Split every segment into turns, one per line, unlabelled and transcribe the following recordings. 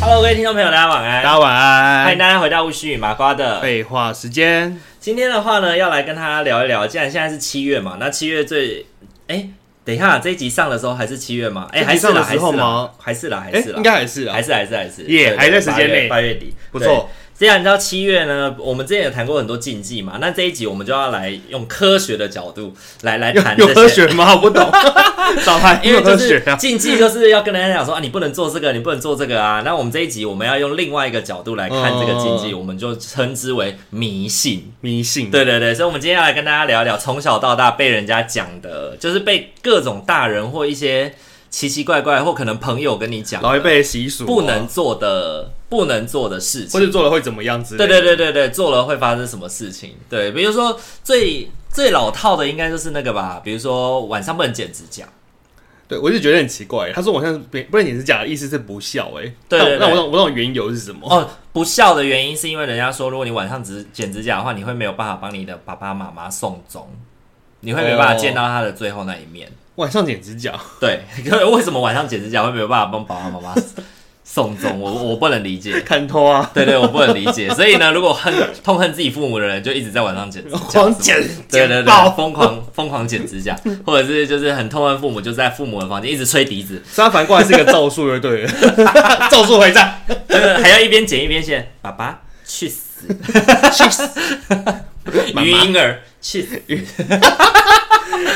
Hello，各位听众朋友，大家晚
大
安。
家晚
欢迎
安。
大家回到巫师与麻瓜的。
废话时间，
今天的话呢，要来跟大家聊一聊。既然现在是七月嘛，那七月最……哎，等一下，这一集上的时候还是七月吗？哎，
这
还
集
是
上
啦，
的
还是
时候
啦
吗，
还是啦，还
哎
是，啦，
应该还是啊
还，是还是还是，
也
对
还在时间
八月
内
八月底
不。错。
这样，你知道七月呢？我们之前也谈过很多禁忌嘛。那这一集我们就要来用科学的角度来来
有
谈
有科
啊这些，
学吗？我 不懂。早盘
因为
有
就
科学
是
啊？
禁忌，就是要跟人家讲说啊，你不能做这个，你不能做这个啊。那我们这一集我们要用另外一个角度来看这个禁忌，我们就称之为迷信。
迷信。
对对对，所以我们今天要来跟大家聊一聊从小到大被人家讲的，就是被各种大人或一些奇奇怪怪或可能朋友跟你讲
老一辈的习俗啊
不能，做的、不能做的事情，
或者做了会怎么样之类
对
的。
对对对对，做了会发生什么事情？对，比如说最最老套的应该就是那个吧，比如说晚上不能剪指甲，
对，我就觉得很奇怪。他说我像不不然你是假的意思是不孝哎。
对对对
那我那我懂我懂缘由是什么？
哦，不孝的原因是因为人家说，如果你晚上只剪指甲的话，你会没有办法帮你的爸爸妈妈送终，你会没办法
哦
见到他的最后那一面。
晚上剪指甲，
对， 为什么晚上剪指甲会没有办法帮爸爸妈妈送终？我我不能理解。
看透啊，
对对，我不能理解。所以呢，如果恨痛恨自己父母的人，就一直在晚上剪指甲，
狂剪
对对
剪
对，
爆。
疯狂疯狂剪指甲，或者是就是很痛恨父母，就在父母的房间一直吹笛子，
所以他反过来是一个咒术，就 对了。咒术回战，
就是还要一边剪一边写“爸爸去死”，
妈妈
鱼婴儿去 死。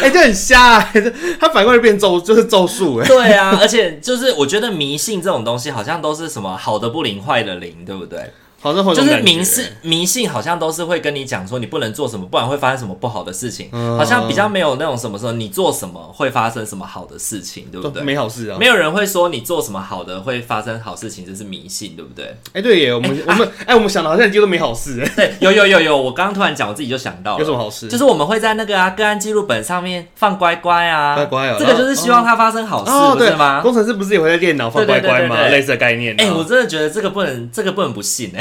哎，这很瞎哎，这他反过来变咒就是咒术哎。
对啊，而且就是我觉得迷信这种东西，好像都是什么好的不灵，坏的灵，对不对？
好像会有
就
这种
是
感觉
迷信，迷信好像都是会跟你讲说你不能做什么，不然会发生什么不好的事情，
嗯
好像比较没有那种什么时候你做什么会发生什么好的事情，对不
都
对？
没好事啊
没。有人会说你做什么好的会发生好事情，这是迷信，对不对？
哎，对耶，我 们我们哎，我们想的好像已经都没好事哎，
对，有有有有，我刚刚突然讲，我自己就想到了，
有什么好事？
哦就是我们会在那个啊个案记录本上面放乖乖啊，
乖乖哦
这个就是希望它发生好事，
哦，
不
对
是吗？
工程师不是也会在电脑放
对对
乖
对
乖吗
对？对
类似的概念啊。
哎、我真的觉得这个不能，这个不能不信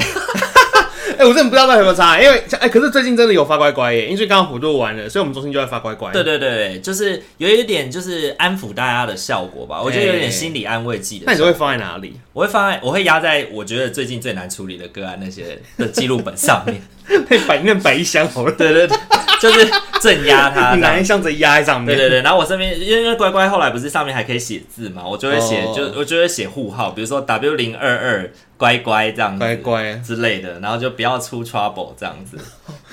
哎、
哎，我真的不知道到底有没有差，因为像哎，可是最近真的有发乖乖耶，因为刚刚虎度完了，所以我们中心就在发乖乖。
对对对对，就是有一点就是安抚大家的效果
哎
吧，我觉得有点心理安慰剂的
那你
效
都
果。
会放在哪里？
我会放在，我会压在我觉得最近最难处理的个案那些的记录本上 面，
那你摆那你摆一 箱好了，
对对对，就是镇压它。
你
这样
拿一箱子压在上
对
面。
啊对对，然后我身边因为乖乖后来不是上面还可以写字嘛，我就会写，
哦
就我就会写户号，比如说 W 零二二乖乖这样子，
乖乖
之类的，然后就不要出 trouble 这样子。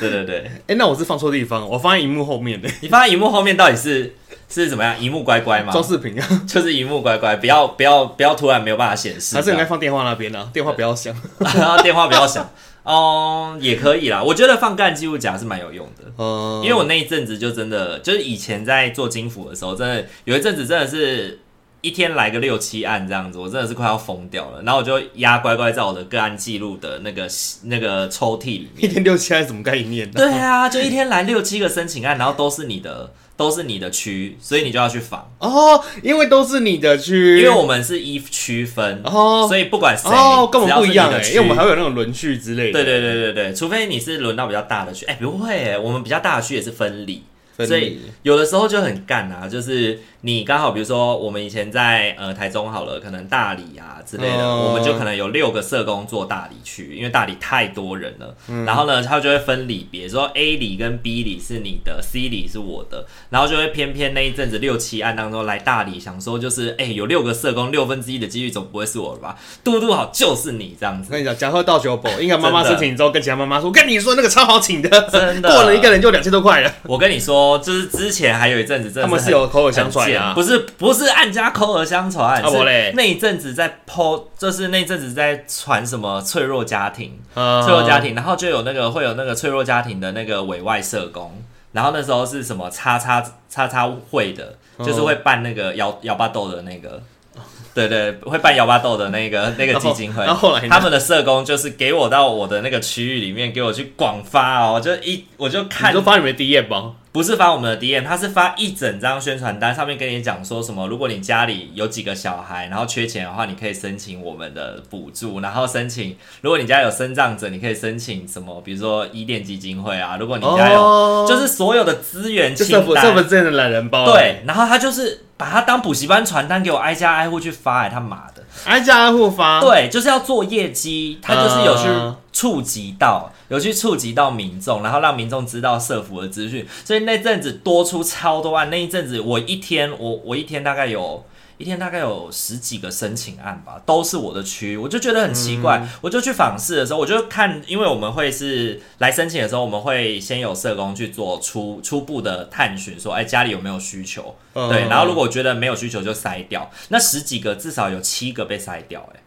对对对，
哎，那我是放错地方，我放在荧幕后面的
你放在荧幕后面到底是是怎么样？荧幕乖乖嘛，
装饰品啊，
就是荧幕乖乖，不要不要不要突然没有办法显示
还是
这
应该
样，
放电话那边啊？电话不要响。
然后电话不要响。哦、也可以啦，我觉得放干记录夹是蛮有用的。
嗯，
因为我那一阵子就真的，就是以前在做金府的时候，真的有一阵子真的是一天来个六七案这样子，我真的是快要疯掉了。然后我就压乖乖在我的个案记录的那个那个抽屉里
一
面。
天六七还是什么概 念呢？
对啊，就一天来六七个申请案，然后都是你的，都是你的区，所以你就要去访，
哦，因为都是你的区，
因为我们是一区分，
嗯哦
所以不管谁，
哦根
只
本
要
不
是
一
你
样
的
哎，
区
因为我们还会有那种轮序之类的。
对对对对对，除非你是轮到比较大的区，哎、不会、我们比较大的区也是分离，
分离
所以有的时候就很干啊，就是你刚好，比如说我们以前在呃台中好了，可能大理啊之类的，
哦
我们就可能有六个社工做大理区，因为大理太多人了，
嗯
然后呢，他就会分里别说 A 里跟 B 里是你的，C 里是我的，然后就会偏偏那一阵子六七案当中来大理，想说就是哎、有六个社工，六分之一的几率总不会是我了吧？嘟嘟好就是你这样子
我。跟你讲，假贺到酒保，应该妈妈
真的
申请之后跟其他妈妈说，我跟你说那个超好请的，
真的
过了一个人就两千多块 了。
我跟你说，就是之前还有一阵子，真的
他们
是
是
很
有口耳相传
很贱
啊，
不是不是按家口耳相传，
啊不嘞
是那一阵子在 po，就是那一阵子在传什么脆弱家庭，
脆
嗯脆弱家庭，然后就有那个会有那个脆弱家庭的那个委外社工。然后那时候是什么叉叉叉叉会的，
嗯
就是会办那个摇摇巴豆的那个。 对对，会办摇巴豆的那个那个基金会，
然后然后后来呢
他们的社工就是给我到我的那个区域里面，给我去广发哦，就一我就看
你就发你们的 DM 吧。
不是发我们的 DM，他是发一整张宣传单，上面跟你讲说什么，如果你家里有几个小孩，然后缺钱的话，你可以申请我们的补助，然后申请，如果你家有生障者，你可以申请什么，比如说伊甸基金会啊，如果你家有，
哦
就是所有的资源
就
清
社福社福
单，
之前的懒人包。
对，，然后他就是把它当补习班传单给我挨家挨户去发、哎他妈的，
挨家挨户发。
对，就是要做业绩，他就是有去
嗯
触及到，有去触及到民众，然后让民众知道社服的资讯。所以那阵子多出超多案，那一阵子我一天我我一天大概有。一天大概有十几个申请案吧，都是我的区，我就觉得很奇怪。
嗯
我就去访视的时候，我就看，因为我们会是来申请的时候，我们会先有社工去做初初步的探寻，说，哎，家里有没有需求？
嗯
对，然后如果觉得没有需求就筛掉，那十几个至少有七个被筛掉、哎，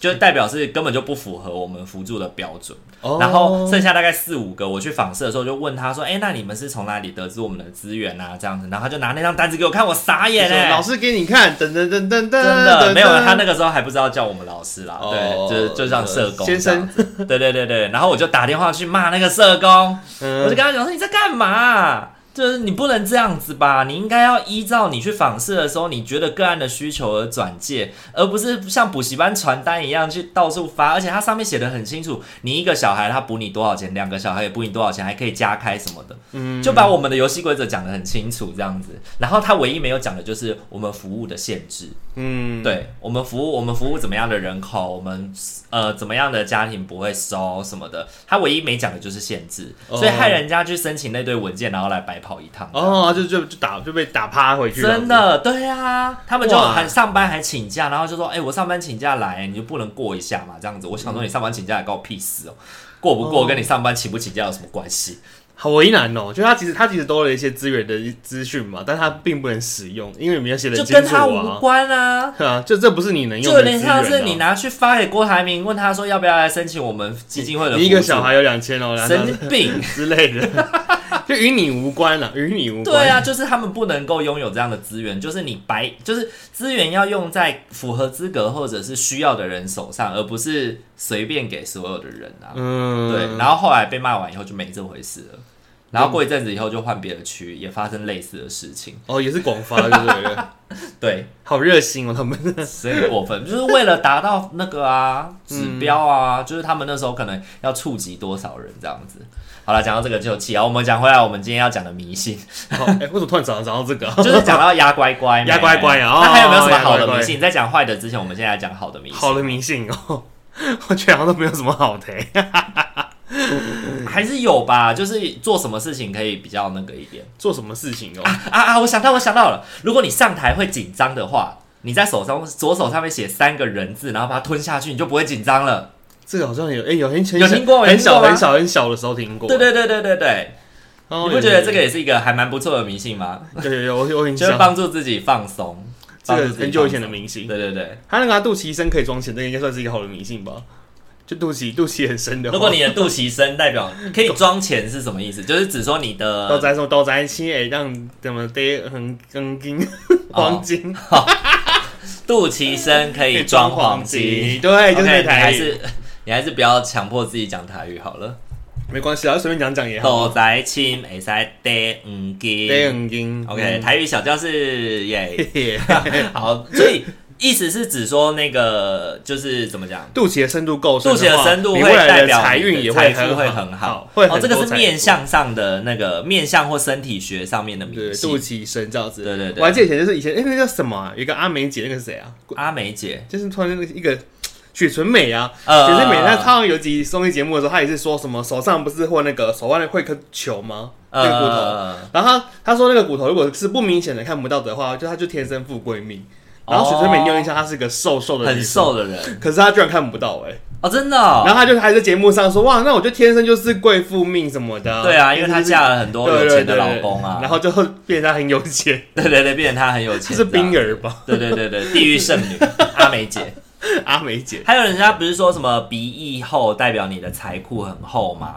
就
嗯
代表是根本就不符合我们辅助的标准。
哦
然后剩下大概四五个，我去访视的时候就问他说：“哎、那你们是从哪里得知我们的资源啊？”这样子，然后他就拿那张单子给我看，我傻
就
眼
说
哎、
老师给你看，噔噔噔噔噔，
真的
噔
没有，他那个时候还不知道叫我们老师啦，
哦
对，就就让社工
先生
这样子，对对对对，然后我就打电话去骂那个社工，我就
嗯
跟他讲说你在干嘛？就是你不能这样子吧，你应该要依照你去访视的时候，你觉得个案的需求而转介，而不是像补习班传单一样去到处发。而且它上面写的很清楚，你一个小孩他补你多少钱，两个小孩也补你多少钱，还可以加开什么的，
嗯
就把我们的游戏规则讲得很清楚这样子。然后他唯一没有讲的就是我们服务的限制，
嗯，
对我们服务，我们服务怎么样的人口，我们呃怎么样的家庭不会收什么的，他唯一没讲的就是限制，
哦
所以害人家去申请那堆文件，然后来白跑一趟。
哦，就就就打就被打趴回去，
真，的，对啊，他们就
哇
还上班还请假，然后就说，哎、我上班请假来，你就不能过一下嘛？这样子，我想说你上班请假来关我屁事哦、过不过
哦
跟你上班请不请假有什么关系？
好为难哦。就他其实他其实多了一些资源的资讯嘛，但他并不能使用，因为你们要写的
就
清
跟
楚
他无
啊。
关啊。
对啊，就这不是你能
就
用
有
的
点
资源、
像
啊。
是你拿去发给郭台铭，问他说要不要来申请我们基金会的
你一个
补助
小孩有两千哦，然后
神病，
之类的， 就与你无关了，与你无关。
对啊，就是他们不能够拥有这样的资源，就是你白，就是资源要用在符合资格或者是需要的人手上，而不是随便给所有的人啊。
嗯，
对，然后后来被骂完以后就没这回事了，然后过一阵子以后就换别的区，也发生类似的事情。
哦，也是广发，对不 对？
对，
好热心哦，他们。
所以过分，就是为了达到那个 啊
嗯
指标啊，就是他们那时候可能要触及多少人这样子。好了，讲到这个就气啊，我们讲回来，我们今天要讲的迷信。
好，哎、为什么突然讲讲到这个啊？
就是讲到鸭乖 乖嘛，
鸭乖乖啊哦
那还有没有什么好的迷
鸭乖
信？在讲坏的之前，我们现在来讲好的迷信。
好的迷信哦， 我觉得好像都没有什么好的、欸。
还是有吧，就是做什么事情可以比较那个一点
做什么事情哦？
啊啊！我想到，我想到了，如果你上台会紧张的话，你在手上左手上面写三个人字，然后把它吞下去，你就不会紧张了。
这个好像有，哎、有很
有听过有听过
很小
吗
很小很小的时候听过。
对对对对对对，
哦，
你
你
不觉得这个也是一个还蛮不错的迷信吗？
有有有我有印
就是
象？
帮助自己放松，
这
帮
个
助自己
很久以
放
前的
松
明星，
对对对。
他那个啊肚脐深可以装钱，这个应该算是一个好的迷信吧？就肚脐肚脐很深的话，
如果你的肚脐深，代表可以装钱是什么意思？就是只说你的
都在什么都在七，哎，让怎么得很更金黄金
肚脐深可以装黄金，
对，
OK，
就是那
你
台
还
语，
是 你还是不要强迫自己讲台语好了。
没关系啊，随便讲讲也好。
豆仔亲会使得黄
得
金
很金
，OK，台语小教室耶。
台
好，所以意思是指说那个就是怎么讲？
肚脐的深度够深
肚
话，
脐的深度
你
会
未来
代
的
表
财运
你
也
的财
很
富会
很
很好。
会
哦，这个
多
是
财富
面相上的那个面相或身体学上面的迷
对肚
信。
脐深这样子。
对对对
我还记得以前就是以前哎、那叫什么啊？有一个阿美姐，那个是谁啊？
阿梅姐，
就是突然那个一个雪纯美啊，
呃
雪纯美，那她好像有集综艺节目的时候，她也是说什么手上不是或那个手腕会颗球吗？那个骨头。
呃，
然后她她说那个骨头如果是不明显的看不到的话，就她就天生富贵命。然后雪纯美，
哦
你有印象，她是个瘦瘦的，
很，瘦的人
可是她居然看不到哎、
哦，真的哦。
然后她就还在节目上说哇，那我就天生就是贵妇命什么的、
对啊，因为她
她
嫁了很多有钱的老公啊，
然后就变得她很有钱，
对对对，变成她很有钱，
就
这
是冰
样，
儿吧，
对对对对，地狱圣 女阿梅姐，
阿美姐，
还有人家不是说什么鼻
嗯
翼厚代表你的财库很厚吗？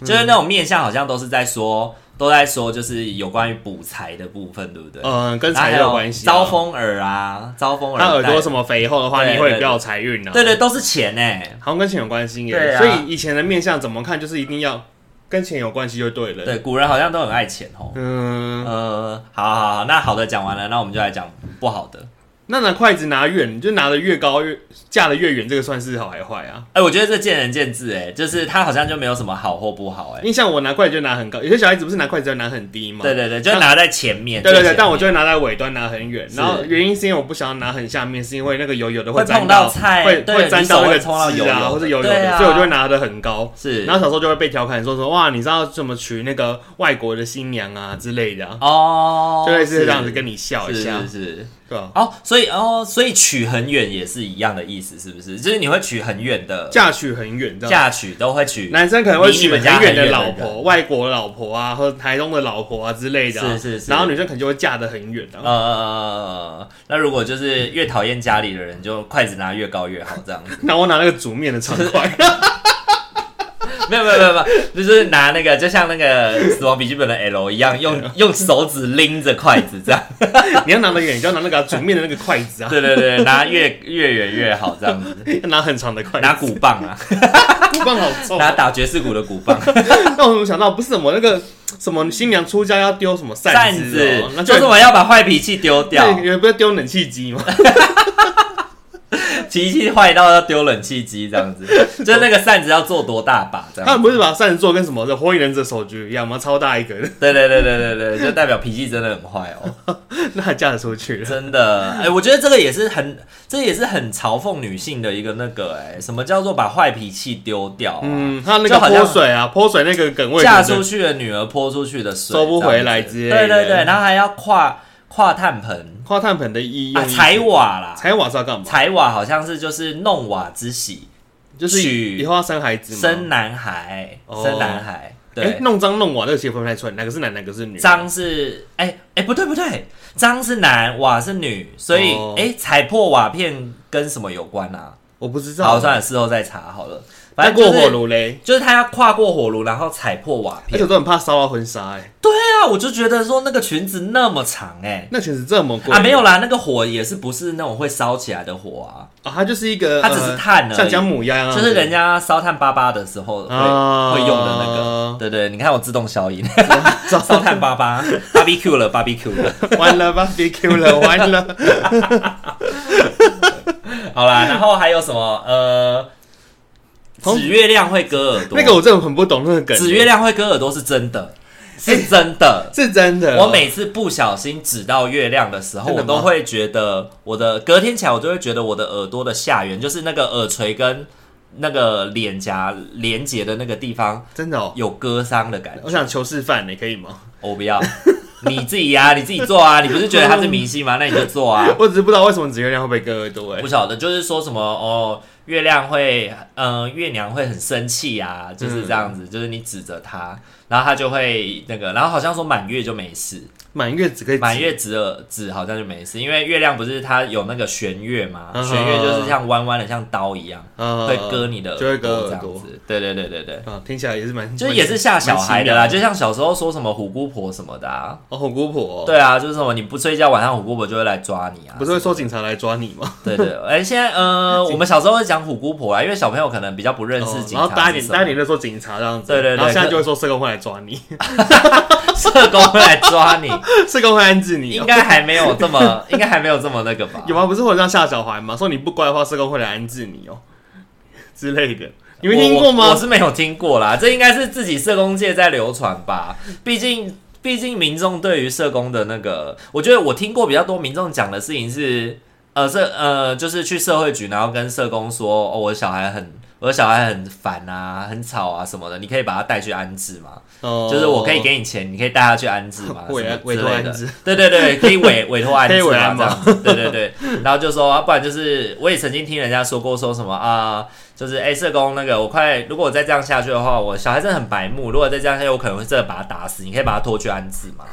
就是那种面相好像都是在说都在说就是有关于补财的部分，对不对？
嗯，跟
然后还
财有关系啊。
招风耳啊，招风耳，
他耳朵什
么？
么肥厚的话，
对
你会比较有财运啊。
对对，都是钱哎、
好像跟钱有关系耶。
对啊
所以以前的面相怎么看，就是一定要跟钱有关系就对了。，
对，古人好像都很爱钱哦。
嗯，
呃，好好好，那好的讲完了，那我们就来讲不好的。
那拿筷子拿远，就拿的越高越架的越远，这个算是好还坏啊？
哎、我觉得这见仁见智哎、就是他好像就没有什么好或不好哎、
因为像我拿筷子就拿很高，有些小孩子不是拿筷子就拿很低吗？
对对对，就拿在前面。
对对对，
最前面
但我就会拿在尾端，拿很远。
是
然后原因是因为我不想要拿很下面，是因为那个油油的
会
沾
碰到菜
菜，会
对
会沾
你手
到那个
会碰到
汁
油油
啊，
的
或者油油
对啊
的，所以我就会拿得很高。
是，
然后小时候就会被调侃说说哇，你知道怎么娶那个外国的新娘啊之类的啊，
哦，
就类似这样子跟你笑一
是
下
是，是，
对吧？
哦，所以哦，所以取很远也是一样的意思，是不是？就是你会取很远的
嫁娶很远，这样。
嫁娶都会取，
男生可能会
离
娶
你
很
们家
远的
很远的
老
人
婆，外国老婆啊，或者台东的老婆啊之类的啊。
是是是哦
然后女生可能就会嫁得很远啊。
呃，那如果就是越讨厌家里的人，就筷子拿越高越好，这样子。
那我拿那个煮面的长筷，
没有没有没有没有，就是拿那个就像那个《死亡笔记本》的 L 一样，用用手指拎着筷子这样。
你要拿得远，你就要拿那个啊煮面的那个筷子啊，
对对对，拿越越远越好，这样子。
要拿很长的筷子。
拿鼓棒啊，
鼓棒好臭。
拿打爵士鼓的鼓棒，
那我怎么想到不是什么那个什么新娘出嫁要丢什么
扇
扇
子
哦，那，
就是我们要把坏脾气丢掉。
对，也不是丢冷气机吗？
脾气坏到要丢冷气机这样子，就是那个扇子要做多大把这
他
样。
们不是把扇子做跟什么的火影忍者手绢一样吗？超大一个 的，
对对对对对对，就代表脾气真的很坏哦，
那还嫁得出去了？
真的。哎、我觉得这个也是很，这也是很嘲讽女性的一个那个、哎，什么叫做把坏脾气丢掉、啊？
嗯，他那
就
个
好像
泼水啊，泼水那个梗位
嫁出去的女儿泼出去的水
收不回来
这样子
之类的
对对对，然后还要跨跨炭盆
花炭盆的意义
啊，柴瓦啦，
柴瓦是要干嘛？
柴瓦好像是就是弄瓦之喜，
就是
娶
以后要生孩子嘛。
生男孩，
哦
生男孩。对，
哎，弄脏弄瓦这个其实分不太出来，哪个是男，哪个是女。啊
张是哎哎、不对不对，张是男，瓦是女，所以哎、
哦
踩破瓦片跟什么有关啊？
我不知道。
好，算了，事后再查好了。反
那
正、就是、
过火，炉哎啊嘞，
就是他要跨过火炉，然后踩破瓦
而
片。
且我都很怕烧到婚纱哎，
对啊，我就觉得说那个裙子那么长哎、
那裙子这么贵
啊没有啦，那个火也是不是那种会烧起来的火啊，
啊，它就是一个，
它只是炭而
呃
已
像姜母鸭啊，
就是人家烧炭粑粑的时候会、
啊
会用的那个。对对，你看我自动消音，
糟
哦 烧炭粑粑，barbecue 了，barbecue 了。
完了，barbecue 了，完 了。
好啦，然后还有什么？呃，
同
指月亮会割耳朵，
那个我真的很不懂那个梗，
指月亮会割耳朵是真的，是真的。
是真的。
我每次不小心指到月亮的时候，
真
我
的吗
都会觉得我的隔天起来，我就会觉得我的耳朵的下缘，就是那个耳垂跟那个脸颊连接的那个地方
真 的哦，
有割伤的感觉。
我想求示范，你可以吗？
我不要，你自己呀、你自己做啊！你不是觉得它是迷信吗？那你就做啊！
我只是不知道为什么紫月亮会被割耳朵哎
不。晓得，就是说什么哦，月亮会，嗯、月娘会很生气啊，
嗯
就是这样子，就是你指着她，然后她就会那个，然后好像说满月就没事，
满月只可以指
满月指耳指好像就没事，因为月亮不是它有那个弦月嘛，
嗯
弦月就是像弯弯的，像刀一样，
啊
会割你的
就会
耳
割
朵
耳
这样
朵
子，对对对对对。
啊，听起来也是蛮
就是也是吓小孩的啦，
蛮奇
就像小时候说什么虎姑婆什么的啊，
哦，红姑婆哦
对啊，就是什么你不睡觉，晚上虎姑婆就会来抓你啊，
不是会说警察来抓你 吗？
对对，哎、现在 呃，我们小时候会讲虎姑婆啦，因为小朋友可能比较不认识
哦
警
然后
察
大一
是
点
什
大一
么，
点就说警察这样子，
对对对
然后现在
可
就会说社工会来抓你，
社工会来抓你，
社工会安置你
应
哦。
该还没 有这么，应该还没有这么那个吧？
有吗？不是会这样吓小孩吗？说你不乖的话，社工会来安置你哦 之类的。你没听过
我我？
吗
我？是没有听过啦，这应该是自己社工界在流传吧，毕竟。毕竟民众对于社工的那个，我觉得我听过比较多民众讲的事情是，呃，社呃就是去社会局，然后跟社工说，哦，我的小孩很，我的小孩很烦啊，很吵啊什么的，你可以把他带去安置吗？
就
就是我可以给你钱，你可以带他去安置嘛，
委
什么之
委托
类
安
的
置。
对对 对，可以委委托安置
可以委
嘛，
安
这
吗
样子。对对对，然后就说，啊不然就是我也曾经听人家说过，说什么啊，就是哎、社工那个，我快，如果我再这样下去的话，我小孩真的很白目，如果再这样下去，我可能会真的把他打死，你可以把他拖去安置嘛。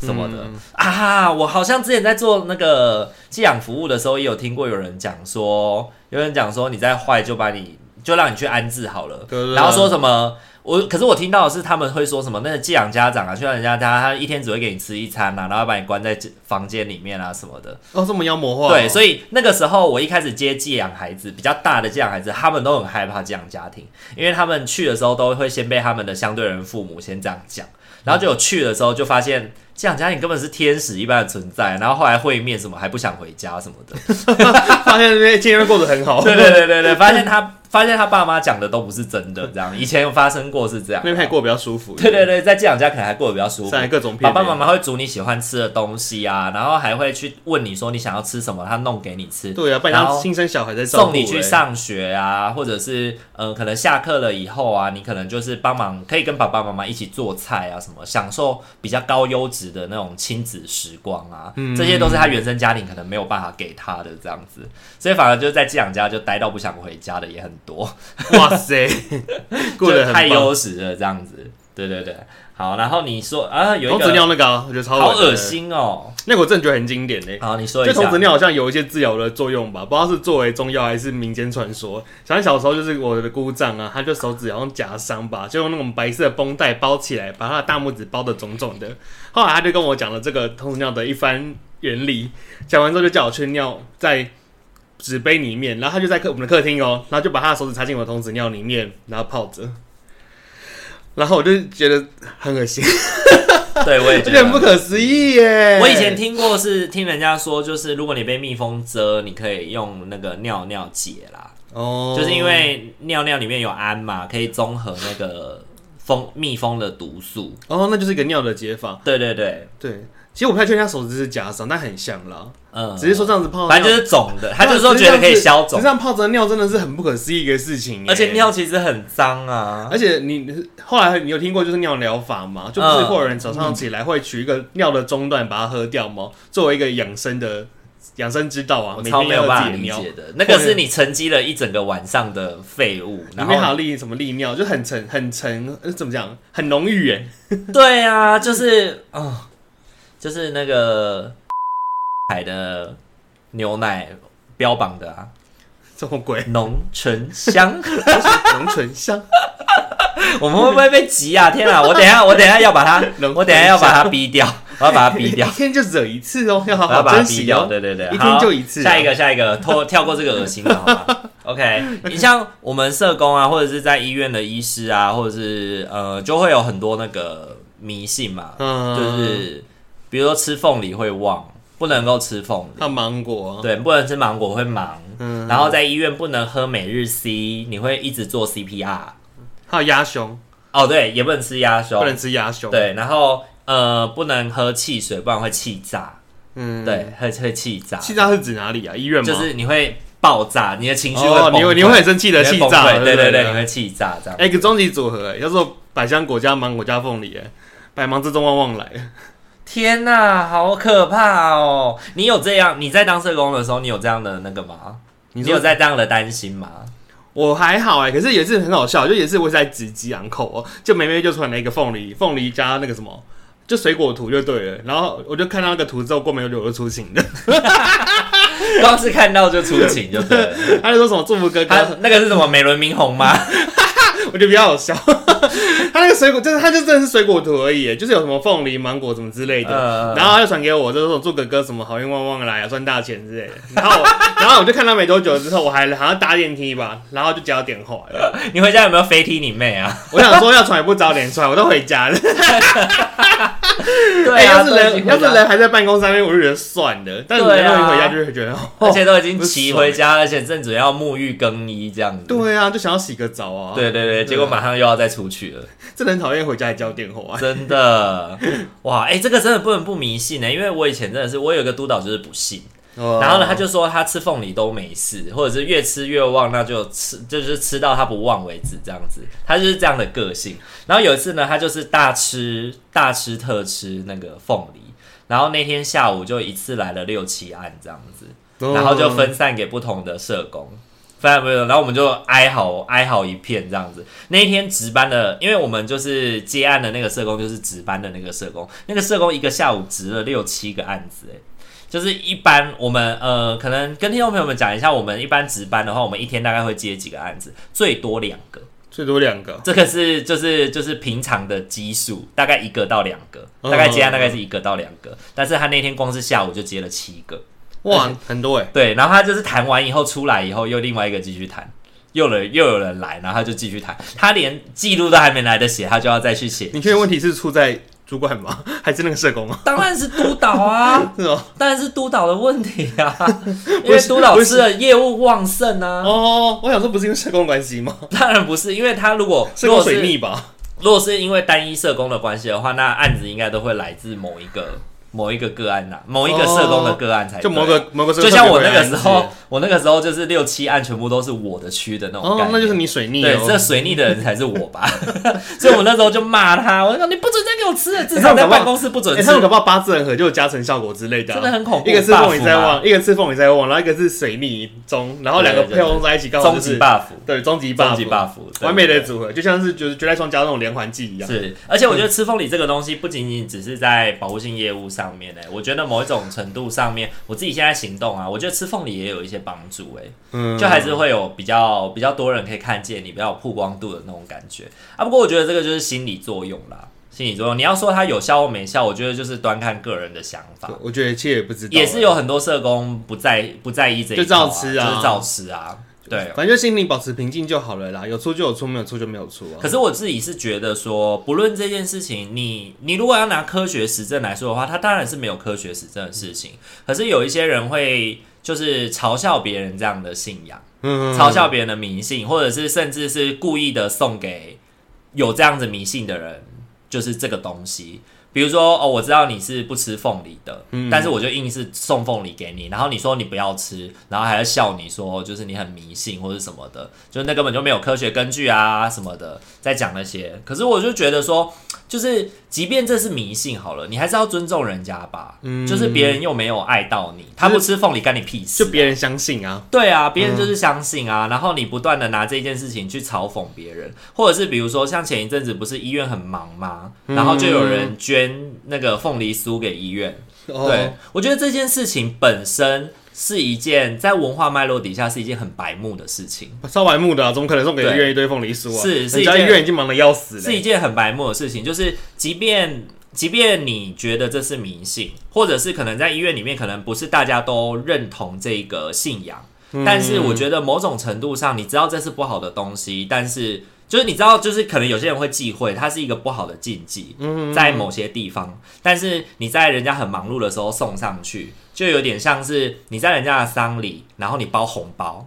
什么的、
嗯
啊！我好像之前在做那个寄养服务的时候，也有听过有人讲说，有人讲说你再坏就把你就让你去安置好了，
对对对
然后说什么我可是我听到的是他们会说什么，那个寄养家长啊，去到人家家，他一天只会给你吃一餐啊，然后把你关在房间里面啊什么的。
哦，这么妖魔化哦、
对，所以那个时候我一开始接寄养孩子，比较大的寄养孩子，他们都很害怕寄养家庭，因为他们去的时候都会先被他们的相对人父母先这样讲，然后就有去的时候就发现寄养家庭根本是天使一般的存在，然后后来会面什么还不想回家什么的，
发现那边今天过得很好，
对对对对对，发现他发现他爸妈讲的都不是真的，这样以前有发生过是这样
那，边还过得比较舒服。
对对对，在寄养家可能还过得比较舒服，
上来各种骗
爸
人
爸妈妈会煮你喜欢吃的东西啊，然后还会去问你说你想要吃什么，他弄给你吃，
对啊，不
然
然
后
新生小孩在照顾
送你去
欸
上学啊，或者是嗯、呃可能下课了以后啊，你可能就是帮忙，可以跟爸爸妈妈一起做菜啊，什么享受比较高优质的那种亲子时光啊，
嗯
这些都是他原生家庭可能没有办法给他的这样子，所以反而就是在寄养家就待到不想回家的也很多。
哇 塞，过得
就
很
太
棒。
优质了，这样子。对对对，好，然后你说啊，有一
童子
个
尿那个啊，我觉得超
好
恶的
恶，心哦。
那个我真的觉得很经典欸嘞。
好，你说一
就童
下
子。尿好像有一些治疗的作用吧，不知道是作为中药还是民间传说。想小时候就是我的姑丈啊，他就手指好像夹伤吧，就用那种白色的绷带包起来，把他的大拇指包的肿肿的。后来他就跟我讲了这个童子尿的一番原理，讲完之后就叫我去尿在纸杯里面，然后他就在客我们的客厅哦，然后就把他的手指插进我的童子尿里面，然后泡着。然后我就觉得很恶心，
对， 我也
我
觉
觉得很不
得。
可思议耶！
我以前听过是听人家说，就是如果你被蜜蜂蛰，你可以用那个尿尿解啦，
哦，
就是因为尿尿里面有氨嘛，可以综合那个蜂蜜蜂的毒素。
哦，那就是一个尿的解法。
对对对，
对，其实我不太确定他手指是假伤，但很像啦。
嗯，
只是说这样子泡，啊
反正就是肿的，他就是说觉得可以消肿
只是，这样泡着尿真的是很不可思议的事情耶，
而且尿其实很脏啊。
而且你后来你有听过就是尿疗法
嗯
吗？就不是会有人早上起来会取一个尿的中段把它喝掉吗？作为一个养生的养生之道啊，
我
每
超
天
没
要
有
喝
办
自
法
己的
理
尿，
解的，那个是你沉积了一整个晚上的废物，
里
然
面还
后
有利什么利尿，就很沉很沉，呃怎么讲，很浓郁耶。
对啊，就是啊、哦就是那个 海的牛奶标榜的啊，
这 么鬼，
浓醇 香，
浓醇香，
我们会不会被急啊？天啊，我等一下我等一下要 把它
浓，
我等一下要把它逼掉，我要把它逼掉
一。天就只有一次哦， 要好
我要
好
把它
珍
逼
惜
掉，
哦。
对对对，
一
好
天就一次啊
下一个，下一个， 脱跳过这个恶心的，好吧？OK，你像我们社工啊，或者是在医院的医师啊，或者是呃，就会有很多那个迷信嘛，
嗯，
就是比如说吃凤梨会旺，不能够吃凤梨，
看芒果啊，
对，不能吃芒果会忙，
嗯，
然后在医院不能喝每日 C，你会一直做 CPR。
还有鸭胸，
哦，对，也不能吃鸭胸
不，能吃鸭胸。，
对，然后呃，不能喝汽水，不然会气炸，
嗯，。
对，会会气炸，
气炸是指哪里啊？医院吗？
就是你会爆炸，你的情绪会
哦，
崩溃、
你会你会很生气
你
的
会
气
崩
炸，
溃对
对
对对，你。会气炸这样。
哎，一个终极组合，哎叫做百香果加芒果加凤梨，哎，百忙之中旺旺来。
天哪、好可怕哦！你有这样，你在当社工的时候，你有这样的那个吗？你
说
有在这样的担心吗？
我还好哎，可是也是很好笑，就也是我是在直击昂口哦，就妹妹就传了一个凤梨，凤梨加那个什么。就水果图就对了，然后我就看到那个图之后，过没有久我就出勤了。
光是看到就出情，就对了。
他就说什么祝福哥
他
哥，
那个是什么美轮明宏吗？
我觉得比较好笑。 他那个水果就是，他就真的是水果图而已，就是有什么凤梨、芒果什么之类的。
呃
然后他就传给我，就说祝哥哥什么好运旺旺来啊，赚大钱之类的。然后我， 然后我就看他没多久之后，我还好像搭电梯吧，然后就接到电话了。
你回家有没有飞踢你妹啊？
我想说要传也不早点传，我都回家了。
对
哎
啊，
要是人要是人，还在办公上面，我就觉得算了。但是
对
人
啊
都已经回家，就会觉得
而
哦，
且都已经骑回家，而且正准要沐浴更衣这 样子。
对啊，就想要洗个澡啊。，
对哦对对，结果马上又要再出去了。
真的很讨厌回家还接到电话、啊。
真的，哇，哎、这个真的不能不迷信欸呢、因为我以前真的是，我有一个督导就是不信，
哦
然后呢，他就说他吃凤梨都没事，或者是越吃越旺，那就吃就是吃到他不旺为止，这样子，他就是这样的个性。然后有一次呢，他就是大吃大吃特吃那个凤梨，然后那天下午就一次来了六七案这样子，
哦，
然后就分散给不同的社工，分散不同，然后我们就哀嚎哀嚎一片这样子。那一天值班的，因为我们就是接案的那个社工，就是值班的那个社工，那个社工一个下午值了六七个案子、欸，就是一般我们呃，可能跟听众朋友们讲一下，我们一般值班的话，我们一天大概会接几个案子，最多两个。
最多两个。
这个是就是就是平常的基数，大概一个到两个，
嗯
大概接案大概是一个到两个，但是他那天光是下午就接了七个，
哇，很多哎、
对，然后他就是谈完以后出来以后，又另外一个继续谈，又有人又有人来，然后他就继续谈，他连记录都还没来得写，他就要再去写，
你确定问题是出在主管吗？ 还是那个社工吗？
当然是督导 啊，
是哦，
当然是督导的问题啊，因为督导吃了业务旺盛啊，
哦，我想说不是因为社工关系吗？
当然不是，因为他如果
社
如
工
果
水
是
逆吧？
如果是因为单一社工的关系的话，那案子应该都会来自某一个某一个个案呐、某一个社工的个案哎才对
哦就某个某个社
就
工
像我
特别
那
会
个
安
时
置
候，我那个时候就是六七案全部都是我的区的那种概
哦
念，，
那就是你水逆
对，这
哦。
水逆的人才是我吧？ 所以我那时候就骂他，我说你不准再给我吃了，至
他
少
们搞
在
不好
办公室不准
欸
吃
他。们搞不好八字很合，就有加成效果之类的啊、
真的很恐怖
一个是凤梨在
buff
望，一个是凤梨在望，然后一个是水逆中，然后两个
对对
配合在一起，刚好
终
就是
极 buff，
对终极 buff，
终极 buff，对
完美
对
的
对
组合，就像是就是绝代双骄那种连环计一样。
是，而且我觉得吃凤梨这个东西不仅仅只是在保护性业务上面呢、欸我觉得某一种程度上面，我自己现在行动啊，我觉得吃凤梨也有一些帮助哎、
嗯
就还是会有比较比较多人可以看见你，比较有曝光度的那种感觉啊。不过我觉得这个就是心理作用啦，心理作用。你要说它有效或没效，我觉得就是端看个人的想法。
我觉得其实也不知道，
也是有很多社工不在不在意这一
就
套
照
啊，
吃啊
就是照吃啊，对。
反正就心里保持平静就好了啦，有出就有出，没有出就没有出啊。
可是我自己是觉得说，不论这件事情，你你如果要拿科学实证来说的话，它当然是没有科学实证的事情。可是有一些人会就是嘲笑别人这样的信仰，
嗯，
嘲笑别人的迷信，或者是甚至是故意的送给有这样子迷信的人，就是这个东西。比如说，哦，我知道你是不吃凤梨的，但是我就硬是送凤梨给你，然后你说你不要吃，然后还要笑你说就是你很迷信或者什么的，就是那根本就没有科学根据啊什么的，在讲那些。可是我就觉得说，就是即便这是迷信好了，你还是要尊重人家吧，
嗯
就是别人又没有爱到你，他不吃凤梨干你屁事啊、
就别人相信啊，
对啊，别人就是相信啊，然后你不断的拿这件事情去嘲讽别人，或者是比如说像前一阵子不是医院很忙吗？然后就有人捐那个凤梨酥给医院。对
哦，，
我觉得这件事情本身是一件在文化脉络底下是一件很白目的事情。
超白目的啊，怎么可能送给医院一堆凤梨酥啊？
是是
人家
一
医
件
院已经忙得要死
是
了。
一件很白目的事情，就是即便即便你觉得这是迷信，或者是可能在医院里面可能不是大家都认同这个信仰，但是我觉得某种程度上，你知道这是不好的东西，但是。就是你知道，就是可能有些人会忌讳，它是一个不好的禁忌，在某些地方。但是你在人家很忙碌的时候送上去，就有点像是你在人家的丧礼，然后你包红包，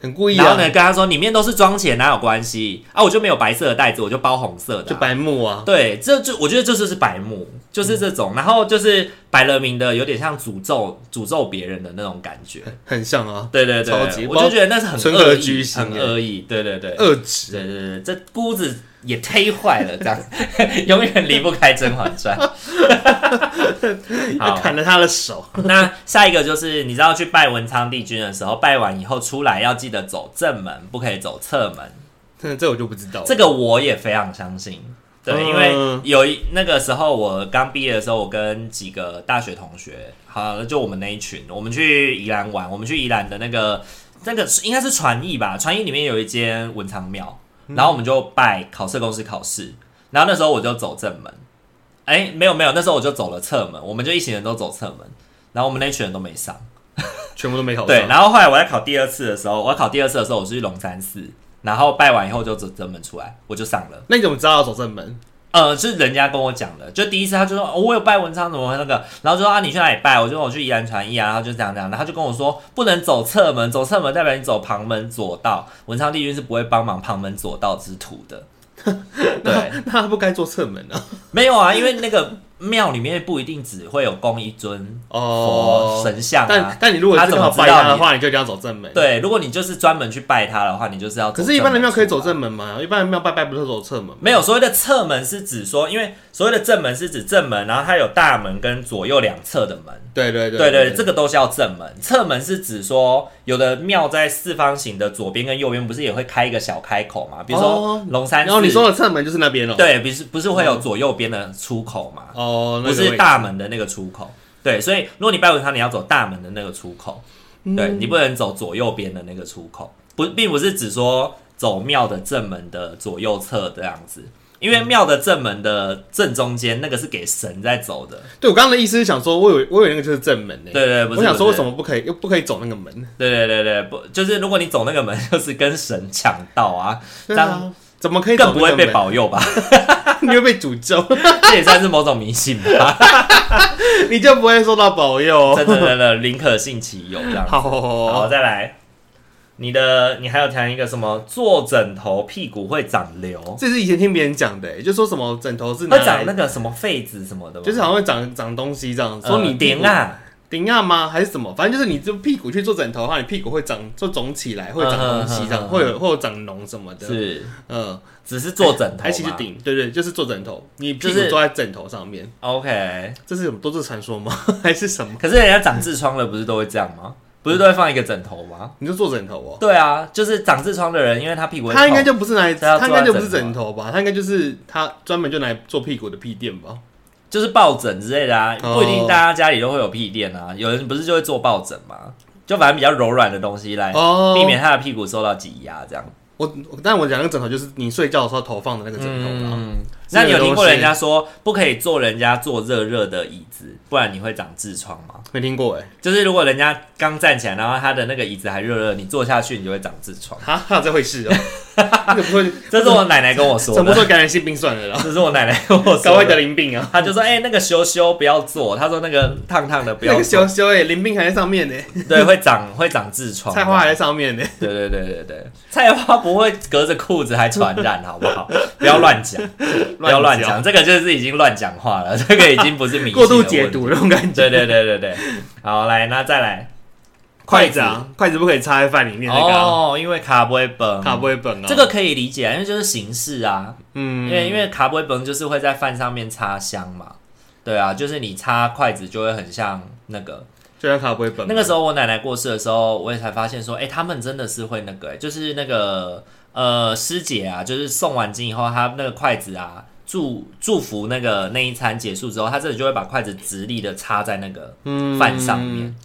很故意
然后
啊
呢，，跟他说里面都是装钱，哪有关系啊？我就没有白色的袋子，我就包红色的
就
啊、
白目啊，
对，这就我觉得这就是白目，就是这
嗯
种，然后就是摆了名的，有点像诅咒诅咒别人的那种感觉。
很像啊，
对对对，
超级
我就觉得那是很
包
恶
纯恶
意
居，心
很
欸
恶意。对对对，
恶质。
对对对，这姑子也忒坏了，这样 永远离不开《甄嬛传》 好。
砍了他的手。
那下一个就是，你知道去拜文昌帝君的时候，拜完以后出来要记得走正门，不可以走侧门。
真的，这我就不知道了。
这个我也非常相信。对，
嗯
因为有一那个时候我刚毕业的时候，我跟几个大学同学，好，就我们那一群，我们去宜兰玩，我们去宜兰的那个那个是应该是传艺吧，传艺里面有一间文昌庙，
嗯
然后我们就拜考试公司考试，然后那时候我就走正门，哎，没有没有，那时候我就走了侧门，我们就一行人都走侧门，然后我们那群人都没上。
全部都没考上。
对，然后后来我在考第二次的时候，我在考第二次的时候，我是去龙山寺，然后拜完以后就走正门出来，我就上了。
那你怎么知道要走正门？
呃，是人家跟我讲的，就第一次他就说、哦我有拜文昌怎么会那个，然后就说啊你去哪里拜？我就说我去宜兰传艺啊，然后就这样这样，然后他就跟我说不能走侧门，走侧门代表你走旁门左道，文昌帝君是不会帮忙旁门左道之徒的。对，
那他不该坐侧门啊。
没有啊，因为那个庙里面不一定只会有供一尊佛
哦，
神像啊
但。但你如果
他
是
怎
刚
么
好拜
知道
他的
你
话，你就一定要走正门。。
对，如果你就是专门去拜他的话，你就是要走
可
正门出来。
是，一般的庙可以走正门吗？一般的庙拜拜不是走侧门吗？
没有所谓的侧门是指说，因为所谓的正门是指正门，然后它有大门跟左右两侧的门。
对对
对对
对
对，这个都是要正门。侧门是指说，有的庙在四方形的左边跟右边，不是也会开一个小开口嘛？比如说
哦
龙山寺，
然后你说的侧门就是那边了。。
对，不是不是会有左右边的出口嘛？
哦，那
不
个
是
位
大门的那个出口。对，所以如果你拜文昌，你要走大门
嗯
的那个出口，对你不能走左右边的那个出口，不，并不是指说走庙的正门的左右侧这样子。因
嗯
为庙的正门的正中间那个是给神在走的，
对我刚刚的意思是想说，我以为我以为那个就是正门呢、欸
对对，不是
我想
不
说为
是
什么不可以又不可以走那个门？
对对对对，不就是如果你走那个门，就是跟神抢道啊，这
对
样
啊，怎么可以
更
走
不
那
会
个
被
门？
保佑吧？
你会被诅咒，
这也算是某种迷信 吧？
你就不会受到保佑。
真的真的，宁可信其有这样子。
好，
好，再来，你的你还有谈一个什么坐枕头屁股会长瘤，
这是以前听别人讲的、欸就说什么枕头是拿
会长那
来，
个什么痱子什么的吗，
就是好像会长长东西这样，
呃
说你屁股
顶，啊，
顶啊吗？还是什么？反正就是你就屁股去做枕头的话，你屁股会长就肿起来，会长东
嗯嗯
西这
嗯嗯
样，会有会有长脓什么的。
是
嗯，
只是坐枕头
还其实
嘛
顶，对对，就是做枕头，你屁股
就是
坐在枕头上面，
OK，
这是什么都市传说吗？ 还是什么？
可是人家长痔疮了不是都会这样吗？不是都会放一个枕头吗？
你就做枕头哦。
对啊，就是长痔疮的人，因为他屁股会
他应该
痛
就不是拿来，
所以他
他应该
坐
就
在啊
不是枕头吧？他应该就是他专门就拿来做屁股的屁垫吧？
就是抱枕之类的啊，
哦
不一定大家家里都会有屁垫啊，有人不是就会做抱枕吗？就反正比较柔软的东西来
哦，
哎避免他的屁股受到挤压，这样。
我，我但我讲那个枕头就是你睡觉的时候头放的那个枕头啦。
嗯，
这个
那你有听过
东西
人家说不可以坐人家坐热热的椅子，不然你会长痔疮吗？
没听过哎、
就是如果人家刚站起来，然后他的那个椅子还热热，你坐下去你就会长痔疮。
哈，还有这回 事哦、那个不会，
这是我奶奶跟我说
怎么
的，啊
说感染性病 算了啦，
这是我奶奶跟我
赶
说
快得
的。
淋病啊！
她就说：“哎、那个羞羞不要坐。”她说：“那个烫烫的不
那
要
个
坐，
小小哎，淋病还在上面呢、
对，会长会长痔疮。”
菜花还在上面呢、
对对对对对，菜花不会隔着裤子还传染，好不好？ 不要乱讲，不要乱讲，这个就是已经乱讲话 了，这个已经不是迷信
过度
的
解
问题。
读那种感觉。
对对对对对，好，来，那再来
筷子啊，筷子不可以插在饭里面那个、啊，
哦，因为卡不会崩，
它不会崩啊。
这个，可以理解啊，因为就是形式啊，因
嗯，
为因为卡不会崩就是会在饭上面插香嘛，对啊，就是你插筷子就会很像那个，
就让它不会崩。
那个时候我奶奶过世的时候，我也才发现说，哎、他们真的是会那个、诶哎就是那个呃师姐啊，就是送完金以后，她那个筷子啊，祝祝福那个那一餐结束之后，她真的就会把筷子直立的插在那个
嗯
饭上面。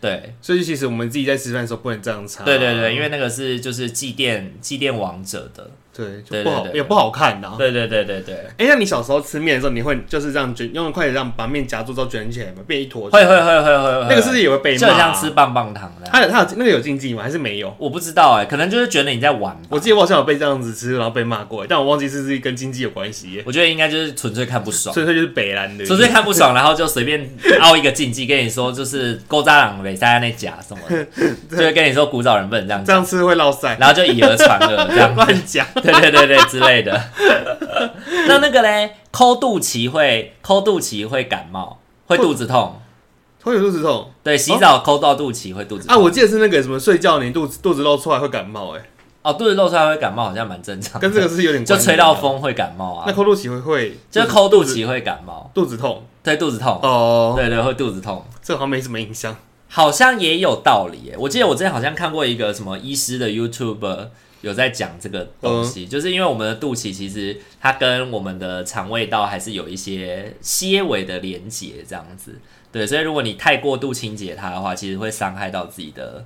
对
所以其实我们自己在吃饭的时候不能这样插。
对对对，因为那个是就是祭奠祭奠王者的。
对就
对
不好
对对
也不好看呐、啊。
对对对对对，
哎、那你小时候吃面的时候，你会就是这样卷，用筷子这样把面夹住之后卷起来吗？变一坨？
会会，会会会会，
那个是啊不是也会被
就
骂、
很像吃。棒棒糖的。
它有它有那个有禁忌吗？还是没有？
我不知道哎、诶可能就是觉得你在玩吧。
我记得我好像有被这样子吃，然后被骂过，但我忘记是不是跟经济有关系耶。
我觉得应该就是纯粹看不爽。
所以它就是北兰的，
纯粹看不 爽，然后就随便凹一个禁忌，跟你说就是勾扎朗尾塞那假什么 的，就会跟你说古早人不能这样
这
讲，
样吃会落腮，
然后就以讹传讹这样，
乱讲。
对对对对之类 的。那那个嘞，抠肚脐会抠肚脐会感冒，会肚子痛。
会有肚子痛
对，洗澡抠到肚脐会肚子
哦啊！
痛。
我记得是那个什么睡觉你肚子肚子露出来会感冒，哎，
哦，肚子露出来会感冒，好像蛮正常的。
跟这个是有点
就
关系的
吹到。风会感冒
那
啊，
抠肚脐会会
就是抠肚脐会感冒，
肚子痛
对，肚子痛，
哦，
对对会肚子痛。
这好像没什么影响。
好像也有道理耶。我记得我之前好像看过一个什么医师的 YouTuber 有在讲这个东
嗯
西，就是因为我们的肚脐其实它跟我们的肠胃道还是有一些些微的连结，这样子。对，所以如果你太过度清洁它的话，其实会伤害到自己的。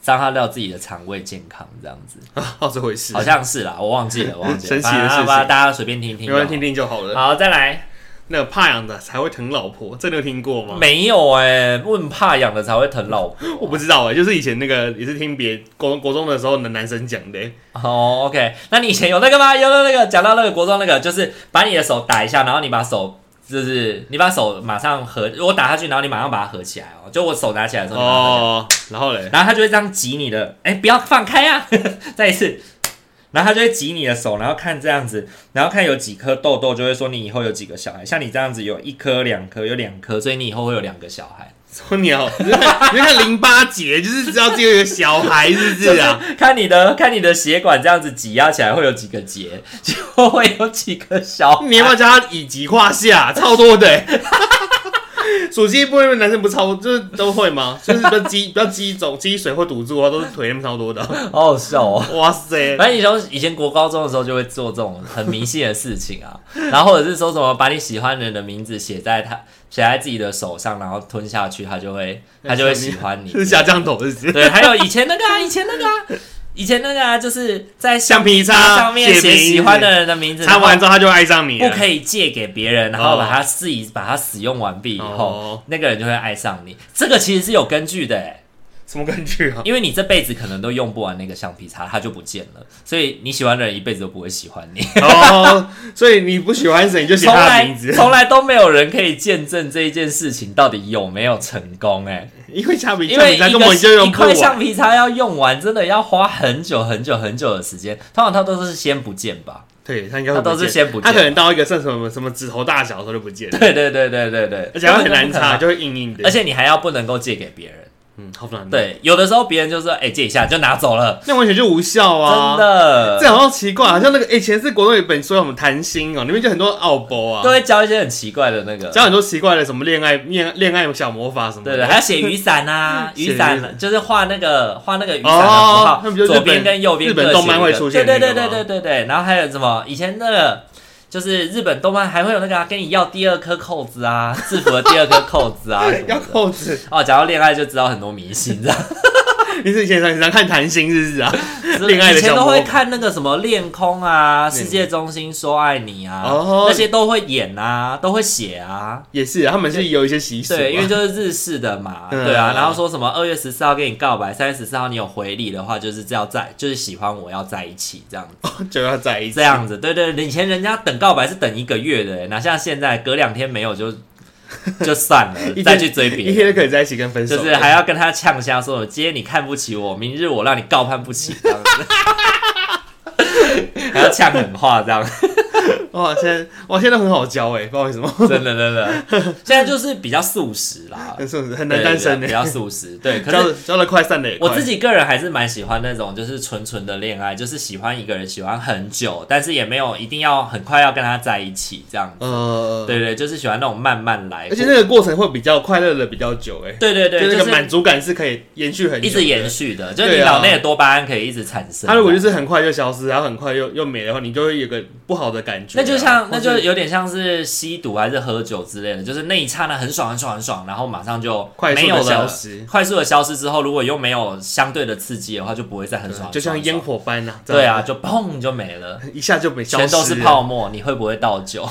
伤害到自己的肠胃健康，这样子
哦，这回事
好，像是啦，我忘记了，我忘记了。
神奇
反
的
正
事情
大家大家随便听听
没
就好。
关系，听听就好了。
好，再来。
那个怕痒的才会疼老婆，这你有听过吗？
没啊有哎、问怕痒的才会疼老婆。
我不知道哎、就是以前那个也是听别国国中的时候的男生讲的、欸，
哦、o k 那你以前有那个吗？有那个讲到那个国中那个，就是把你的手打一下，然后你把手就是你把手马上合，我打下去，然后你马上把它合起来哦。就我手拿起来的时候，你把它合起来
哦，然后嘞，
然后他就会这样挤你的，哎、不要放开啊！ 再一次，然后他就会挤你的手，然后看这样子，然后看有几颗痘痘，就会说你以后有几个小孩。像你这样子有一颗、两颗，有两颗，所以你以后会有两个小孩。
说你好，你就看你就看淋巴结，就是知道只有一个小孩，是不是啊？
看你的看你的血管这样子挤压起来会有几个结，就会有几个小
你要不要叫他以及胯下，超多的、欸。属鸡部位的男生不是超，就是都会吗？就是比较积比较积肿、积水或堵住啊，都是腿那么超多的。
好好笑哦。
哇塞，
反正以前以前国高中的时候就会做这种很迷信的事情啊， 然后或者是说什么把你喜欢的人的名字写在他写在自己的手上，然后吞下去，他就会他就会喜欢你。
是下降头，是不是？
对，还有以前那个啊，以前那个啊，以前那个啊，就是在
橡皮擦
上面
写
写
名字
喜欢的人的名字，
擦完之后他就爱上你
然
了，
后不可以借给别人，然后把它自己把它使用完毕以后
哦，
那个人就会爱上你。这个其实是有根据的、欸，
什么根据啊？
因为你这辈子可能都用不完那个橡皮擦，它就不见了，所以你喜欢的人一辈子都不会喜欢 你。
哦，所以你不喜欢谁，你就写
从
他的
来
名字，
从来都没有人可以见证这一件事情到底有没有成功、欸，
因为橡皮
因
橡
为
皮擦
一
根
个
本就
一
用不
块
完。
橡皮擦要用完，真的要花很久很久很久的时间。通常它都是先不见吧？
对他应该
他
会
都
不
是
见
先不见
他可能到一个剩什么什么指头大小的时候就不见了，
对对对对对对，
而且它很难
根本就不可能
擦，就会硬硬的。
而且你还要不能够借给别人。
嗯，好难。，
对，有的时候别人就说：“哎、借一下”，就拿走了，
那完全就无效啊！
真的。
这好像奇怪，好像那个以前是国中有一本书，我们谈心哦，里面就很多奥博啊
都，会教一些很奇怪的那个，
教很多奇怪的什么恋爱恋恋爱小魔法什么
对
的。
对，还要写雨伞啊，
写
雨
雨伞
伞就是画那个画那个雨伞的符号，
哦那不就日本
左边跟右边
日本
各写
动漫
一个
会出现
对
的
对对
那个
对
吗
对对，然后还有什么？以前那个就是日本动漫还会有那个、啊、跟你要第二颗扣子 啊，制服的第二颗扣子啊什么
哎要
的。
扣子，
哦，讲到恋爱就知道很多迷信，这样
你是以前常常看谈心是不是啊？ 恋爱
以
的
前
小
都
魔
会
法。
看那个什么恋空啊，世界中心说爱你啊，
哦
那些都会演啊，都会写啊。
也是啊，他们是有一些习俗啊，
对，因为就是日式的嘛，
嗯
对啊，然后说什么二月十四号跟你告白，三月十四号你有回礼的话，就是这要在，就是喜欢我要在一起这样 子，
就要在一起
这。样子，对对，对以前人家等告白是等一个月的，哪像现在隔两天没有就就算了，
一天
再去追别
一天
人，
就可以在一起跟分手，
就是还要跟他呛虾说，今天你看不起我，明日我让你告判不起，这样 子，还要呛狠话这样。
哇，现在哇现在都很好交哎，不知道为什么，
真的真 的，现在就是比较素食啦，
很是很
对
难单身
比
哎，
较素食，对，可是
交。交的快散的也快。
我自己个人还是蛮喜欢那种就是纯纯的恋爱，就是喜欢一个人喜欢很久，但是也没有一定要很快要跟他在一起这样。
呃，
对对，就是喜欢那种慢慢来，
而且那个过程会比较快乐的比较久哎，
对对对，
就那
就
个满
是
足感是可以延续很久，
一直延
续。
续的，就是你
对啊
脑内的多巴胺可以一直产生。
它如果就是很快就消失，然后很快又又没的话，你就会有个不好的感觉啊。
那就像那
或
就是有点像是吸毒还是喝酒之类的，就是那一刹那很爽很爽很爽，然后马上就
快
没
速
有
的
了
消失，
快速的消失之后，如果又没有相对的刺激的话，就不会再很爽，
啊就
啊
像
很爽
烟，火般呐。
对啊，，就砰就没了，
一下就没消失
全
了，
都是泡沫，你会不会倒酒？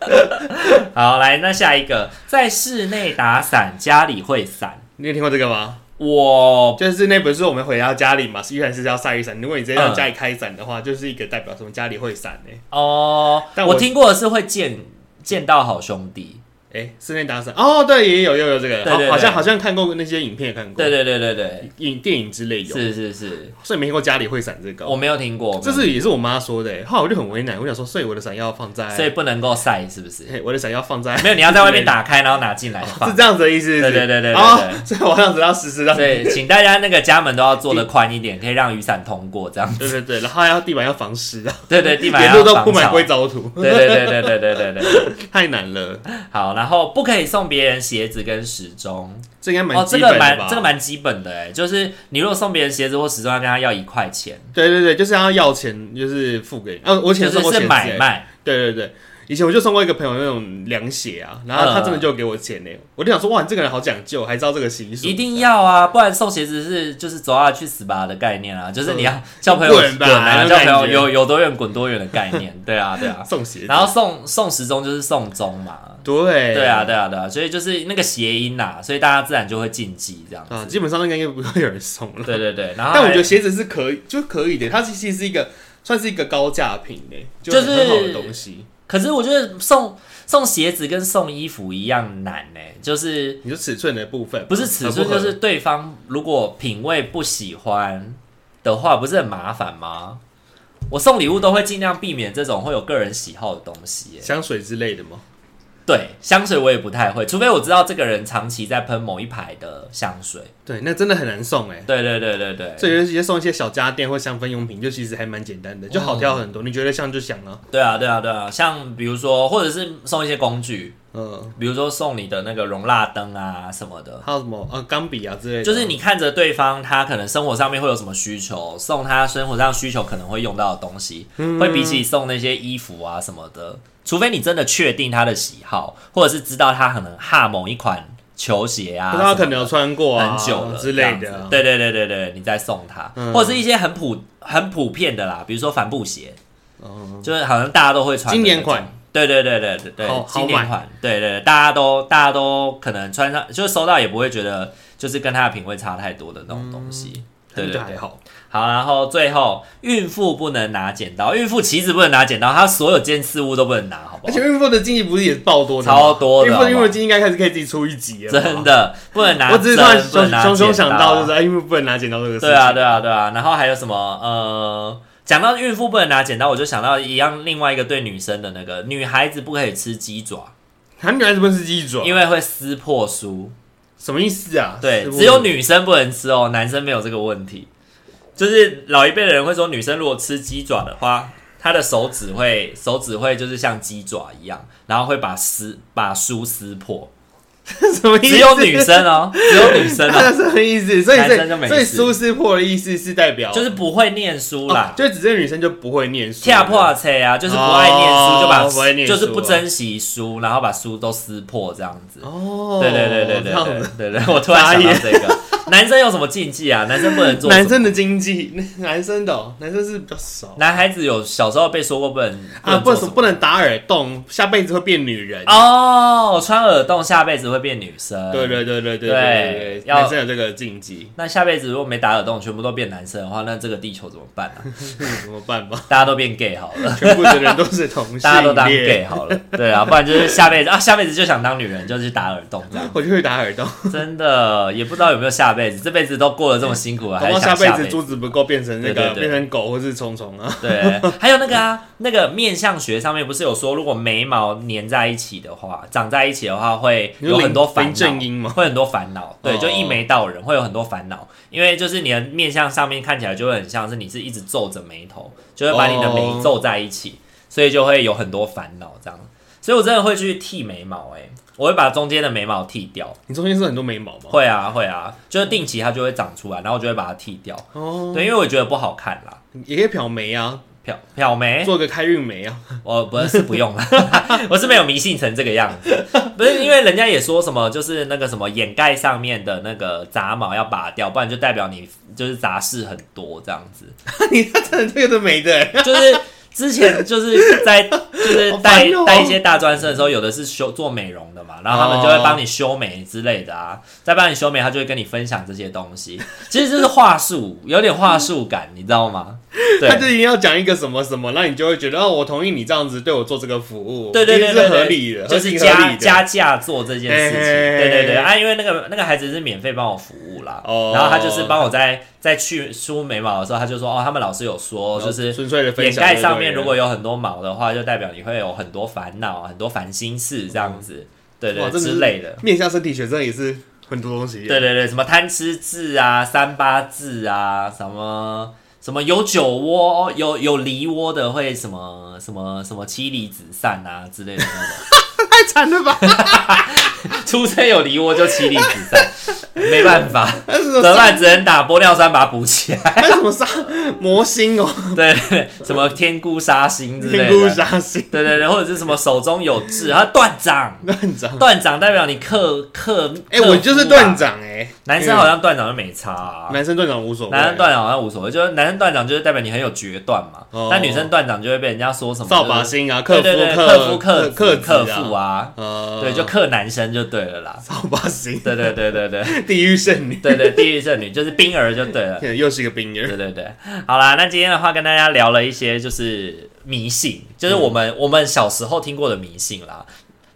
好，来，那下一个，在室内打伞，家里会伞。
你有听过这个吗？
我
就是那本书我们回到家里嘛，雨伞是要晒雨伞。如果你直接
嗯
让家里开伞的话，就是一个代表什么家里会伞哎、
哦，
但
我
我
听过的是会见见到好兄弟，
欸、哎、室内打伞哦，对，也有也有这个，
对对
好好像
对
好像看过那些影片也看过，
对对对对对，
影电影之类有，
是是是，
所以没听过家里会伞这个
我
哦。
没有听过，
这是也是我妈说的、欸，后来我就很为难，我想说，所以我的伞要放在，
所以不能够晒，是不是？
嘿我的伞要放在，
没有，你要在外面打开，然后拿进来放
是。哎这样子的意思是不是，
对对对对对
哦，所以我这样子要实时让，
所以请大家那个家门都要做的宽一点，可以让雨伞通过，这样。
对对对，然后还要地板要防湿 啊，
对对，地板
沿
要
路都铺
防
满
潮
硅藻土，
对对对对对对对对。
太难了，
好，然后不可以送别人鞋子跟时钟。
这应该蛮
哦，
基
这
本
个
的吧？
蛮这个蛮基本的哎，就是你如果送别人鞋子或时钟，要跟他要一块钱，
对对对，就是要要钱，就是付给你。嗯、我
就
以前送过
是
鞋
是
子、
买卖。
对对对，以前我就送过一个朋友那种凉鞋啊，然后他真的就给我钱呢、我就想说，哇，你这个人好讲究，还知道这个习俗，
一定要啊，不然送鞋子是就是走啊去死吧的概念啊，就是你要 叫朋友
滚吧
啊，
那种
叫朋友
感觉
有有多远滚多远的概念， 对啊对啊。
送鞋子。
然后送送时钟就是送钟嘛，
对
对啊，对啊，对啊，所以就是那个谐音呐、所以大家自然就会禁忌这样
啊，
子。
基本上那个应该不会有人送了。
对对对，然后
但我
还
觉得鞋子是可以，就可以的，它其实是一个算是一个高价品呢、就
就是
很很好的东西。
可是我觉得送送鞋子跟送衣服一样难呢、就是
你说尺寸的部分
不是尺寸，
嗯合不合
就是对方如果品味不喜欢的话，不是很麻烦吗？我送礼物都会尽量避免这种会有个人喜好的东西、耶。
香水之类的吗？
对，香水我也不太会，除非我知道这个人长期在喷某一排的香水。
对，那真的很难送哎、
对对对对对，
所以就直接送一些小家电或香氛用品，就其实还蛮简单的，就好
嗯
挑很多。你觉得像就像啊，
对啊对啊对啊，像比如说，或者是送一些工具，
嗯，
比如说送你的那个容蜡灯啊什么的，
还有什么呃钢笔啊之类的，
就是你看着对方他可能生活上面会有什么需求，送他生活上需求可能会用到的东西，会比起送那些衣服啊什么的，除非你真的确定他的喜好，或者是知道他可能哈某一款球鞋啊，
可是他可能有穿过啊，
很久了
之类
这样
的
子
啊。
对对对对对，你再送他，
嗯
或者是一些很普很普遍的啦，比如说帆布鞋，
哦，
就是好像大家都会穿。
经典款。
对对对对对对
好，
经典款，对对对，大家都大家都可能穿上，就是收到也不会觉得就是跟他的品味差太多的那种东西。对
那
对
就
对，
还好。
好，然后最后孕妇不能拿剪刀，孕妇岂止不能拿剪刀，她所有件事物都不能拿，好不
而
好
且？孕妇的经济不是也爆多的吗
超多的
孕妇
好不好
孕妇的经济应该开始可以自己出一集了吧。
真的不能拿
我
针，
只是突然
不能拿
熊熊熊想
剪刀
到，就是哎，孕妇不能拿剪刀这个事情。
对啊，对啊，对啊。然后还有什么？呃，讲到孕妇不能拿剪刀，我就想到一样，另外一个对女生的那个，女孩子不可以吃鸡爪，
韩女孩子不是鸡爪，
因为会撕破书。
什么意思啊？
对，
是不
只有女生不能吃哦，男生没有这个问题。就是老一辈的人会说，女生如果吃鸡爪的话，她的手指会手指会就是像鸡爪一样，然后会把撕把书撕破。
什么意思？
只有女生哦，只有女生
那
哦，
什么意思？所以
男生就
所
没
以所以
事
苏撕破的意思是代表
就是不会念书啦
哦，。就只是女生就不会念书，
跳破车啊，就是不爱念书，
哦
就把
不爱念书
就
啊
是不珍惜书，然后把书都撕破这样子。
哦，
对对对对对
这样
对
子
对对对，我突然
傻
想
眼
到这个，男生有什么禁忌啊？男生不能做什么
男生的经济， 男生的哦、男生是比较少
男孩子有小时候被说过不能
啊，
不
不
能做
能
什么
不能打耳洞，下辈子会变女人。
哦，穿耳洞下辈子会变女生。
对对对对对
对
对对，
要
男生有这个禁忌，
那下辈子如果没打耳洞，全部都变男生的话，那这个地球怎么办啊？
怎么办吧？
大家都变 gay 好了，
全部的人都是同性
大家都当
恋，
gay 好了，对啊，不然就是下辈子啊，下辈子就想当女人，就去打耳洞这样。
我就会打耳洞，
真的也不知道有没有下辈子，这辈子都过得这么辛苦 了，还
然后
想
下辈
下
子
辈子？
珠子不够变成那
对
个
对对
变成狗或是虫虫啊，
对，还有那个啊，那个面相学上面不是有说，如果眉毛粘在一起的话，长在一起的话，会
你说
有
林
很多烦
林正英
恼，
吗
会很多烦恼。对，
哦
就一眉到人，会有很多烦恼，因为就是你的面相上面看起来就会很像是你是一直皱着眉头，就会把你的眉
哦
皱在一起，所以就会有很多烦恼这样。所以我真的会去剃眉毛、欸，我会把中间的眉毛剃掉。
你中间是很多眉毛吗？
会啊，会啊，就是定期它就会长出来，然后我就会把它剃掉。
哦，
对，因为我觉得不好看啦。
也可以漂眉啊，
漂漂眉，
做个开运眉啊，
我不是不用啦， 我是没有迷信成这个样子。不是因为人家也说什么，就是那个什么眼盖上面的那个杂毛要拔掉，不然就代表你就是杂事很多这样子。
你他真的这个都没的欸，
就是之前就是 在就是
好
带
烦哦
带一些大专生的时候，有的是修做美容的嘛，然后他们就
哦
会帮你修眉之类的啊，再帮你修眉，他就会跟你分享这些东西，其实这是话术，有点话术感，你知道吗？对
他就一定要讲一个什么什么，那你就会觉得哦，我同意你这样子对我做这个服务，
对对对
一定
对
是合
对，
理的，
就是
合情合
加
理的
加价做这件事情，
嘿嘿嘿
对对对啊，因为那个那个孩子是免费帮我服务啦，
哦
然后他就是帮我在在去梳眉毛的时候，他就说哦，他们老师有说就是
纯粹的分
眼
享
盖上面如果有很多毛的话，就代表你会有很多烦恼、很多烦心事这样子，对
嗯哇
对
真的是
之类的。
面向身体学生也是很多东西，
对，对对，什么贪吃痣啊、三八痣啊，什么什么有酒窝、有有梨窝的会什么什么什么妻离子散啊之类的那 种。
太惨了 吧？
出生有梨窝就妻离子散，没办 法，
还有什
怎
么
么办？只能打玻尿酸把它补起来。
还有什么杀魔星哦，
对，什么天姑杀心之类
评估
的。
杀星，
对对对，或者是什么手中有痣，它断掌，
断 掌，
断掌代表你克克。
哎，
克夫啊
我就是断，掌哎，
男生好像断掌就没差、啊
嗯，。男生断掌无所谓，
男生断掌好像无所谓，就是男生断掌就是代表你很有决断嘛，
哦
但女生断掌就会被人家说什么
扫把，星啊，
就是
克
对对对，
夫
克夫
克
克
克
克
子
夫
啊，
啊，
呃
对，就克男生就对了啦，
扫把星，
对对对对对。
地狱圣女，
对对，地狱圣女就是冰儿就对了。
又是一个冰人
对。对对，好啦，那今天的话跟大家聊了一些就是迷信，就是我
嗯
们、我们小时候听过的迷信啦。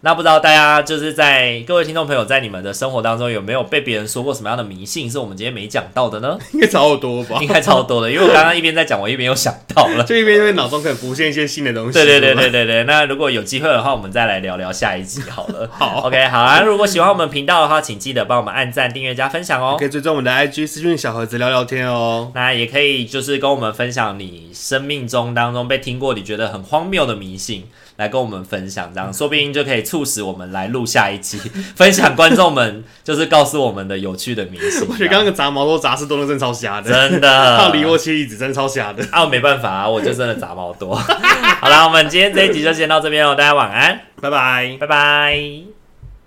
那不知道大家就是在各位听众朋友在你们的生活当中有没有被别人说过什么样的迷信是我们今天没讲到的 呢？
应该找我多吧
应？该超多的，因为我刚刚一边在讲，我一边又想到了。
就一边因为脑中可能浮现一些新的东西。
对对对
是吗
对对对，那如果有机会的话，我们再来聊聊下一集好了。
好
，OK，好啊。如果喜欢我们频道的话，请记得帮我们按赞、订阅、加分享哦
可。以追踪我们的 IG 私讯小盒子聊聊天哦。
那也可以就是跟我们分享你生命中当中被听过你觉得很荒谬的迷信，来跟我们分享，这样 说不定就可以促使我们来录下一期， 分享观众们就是告诉我们的有趣的迷信。
我觉得刚刚那个杂毛多杂事多真的超瞎
这样
的，
啊真
到
的
离我妻离子真的超瞎的。
啊，我没办法啊，我就真的 杂毛多。好啦，我们今天这一集就先到这边哦，大家晚安，
拜拜。
拜拜。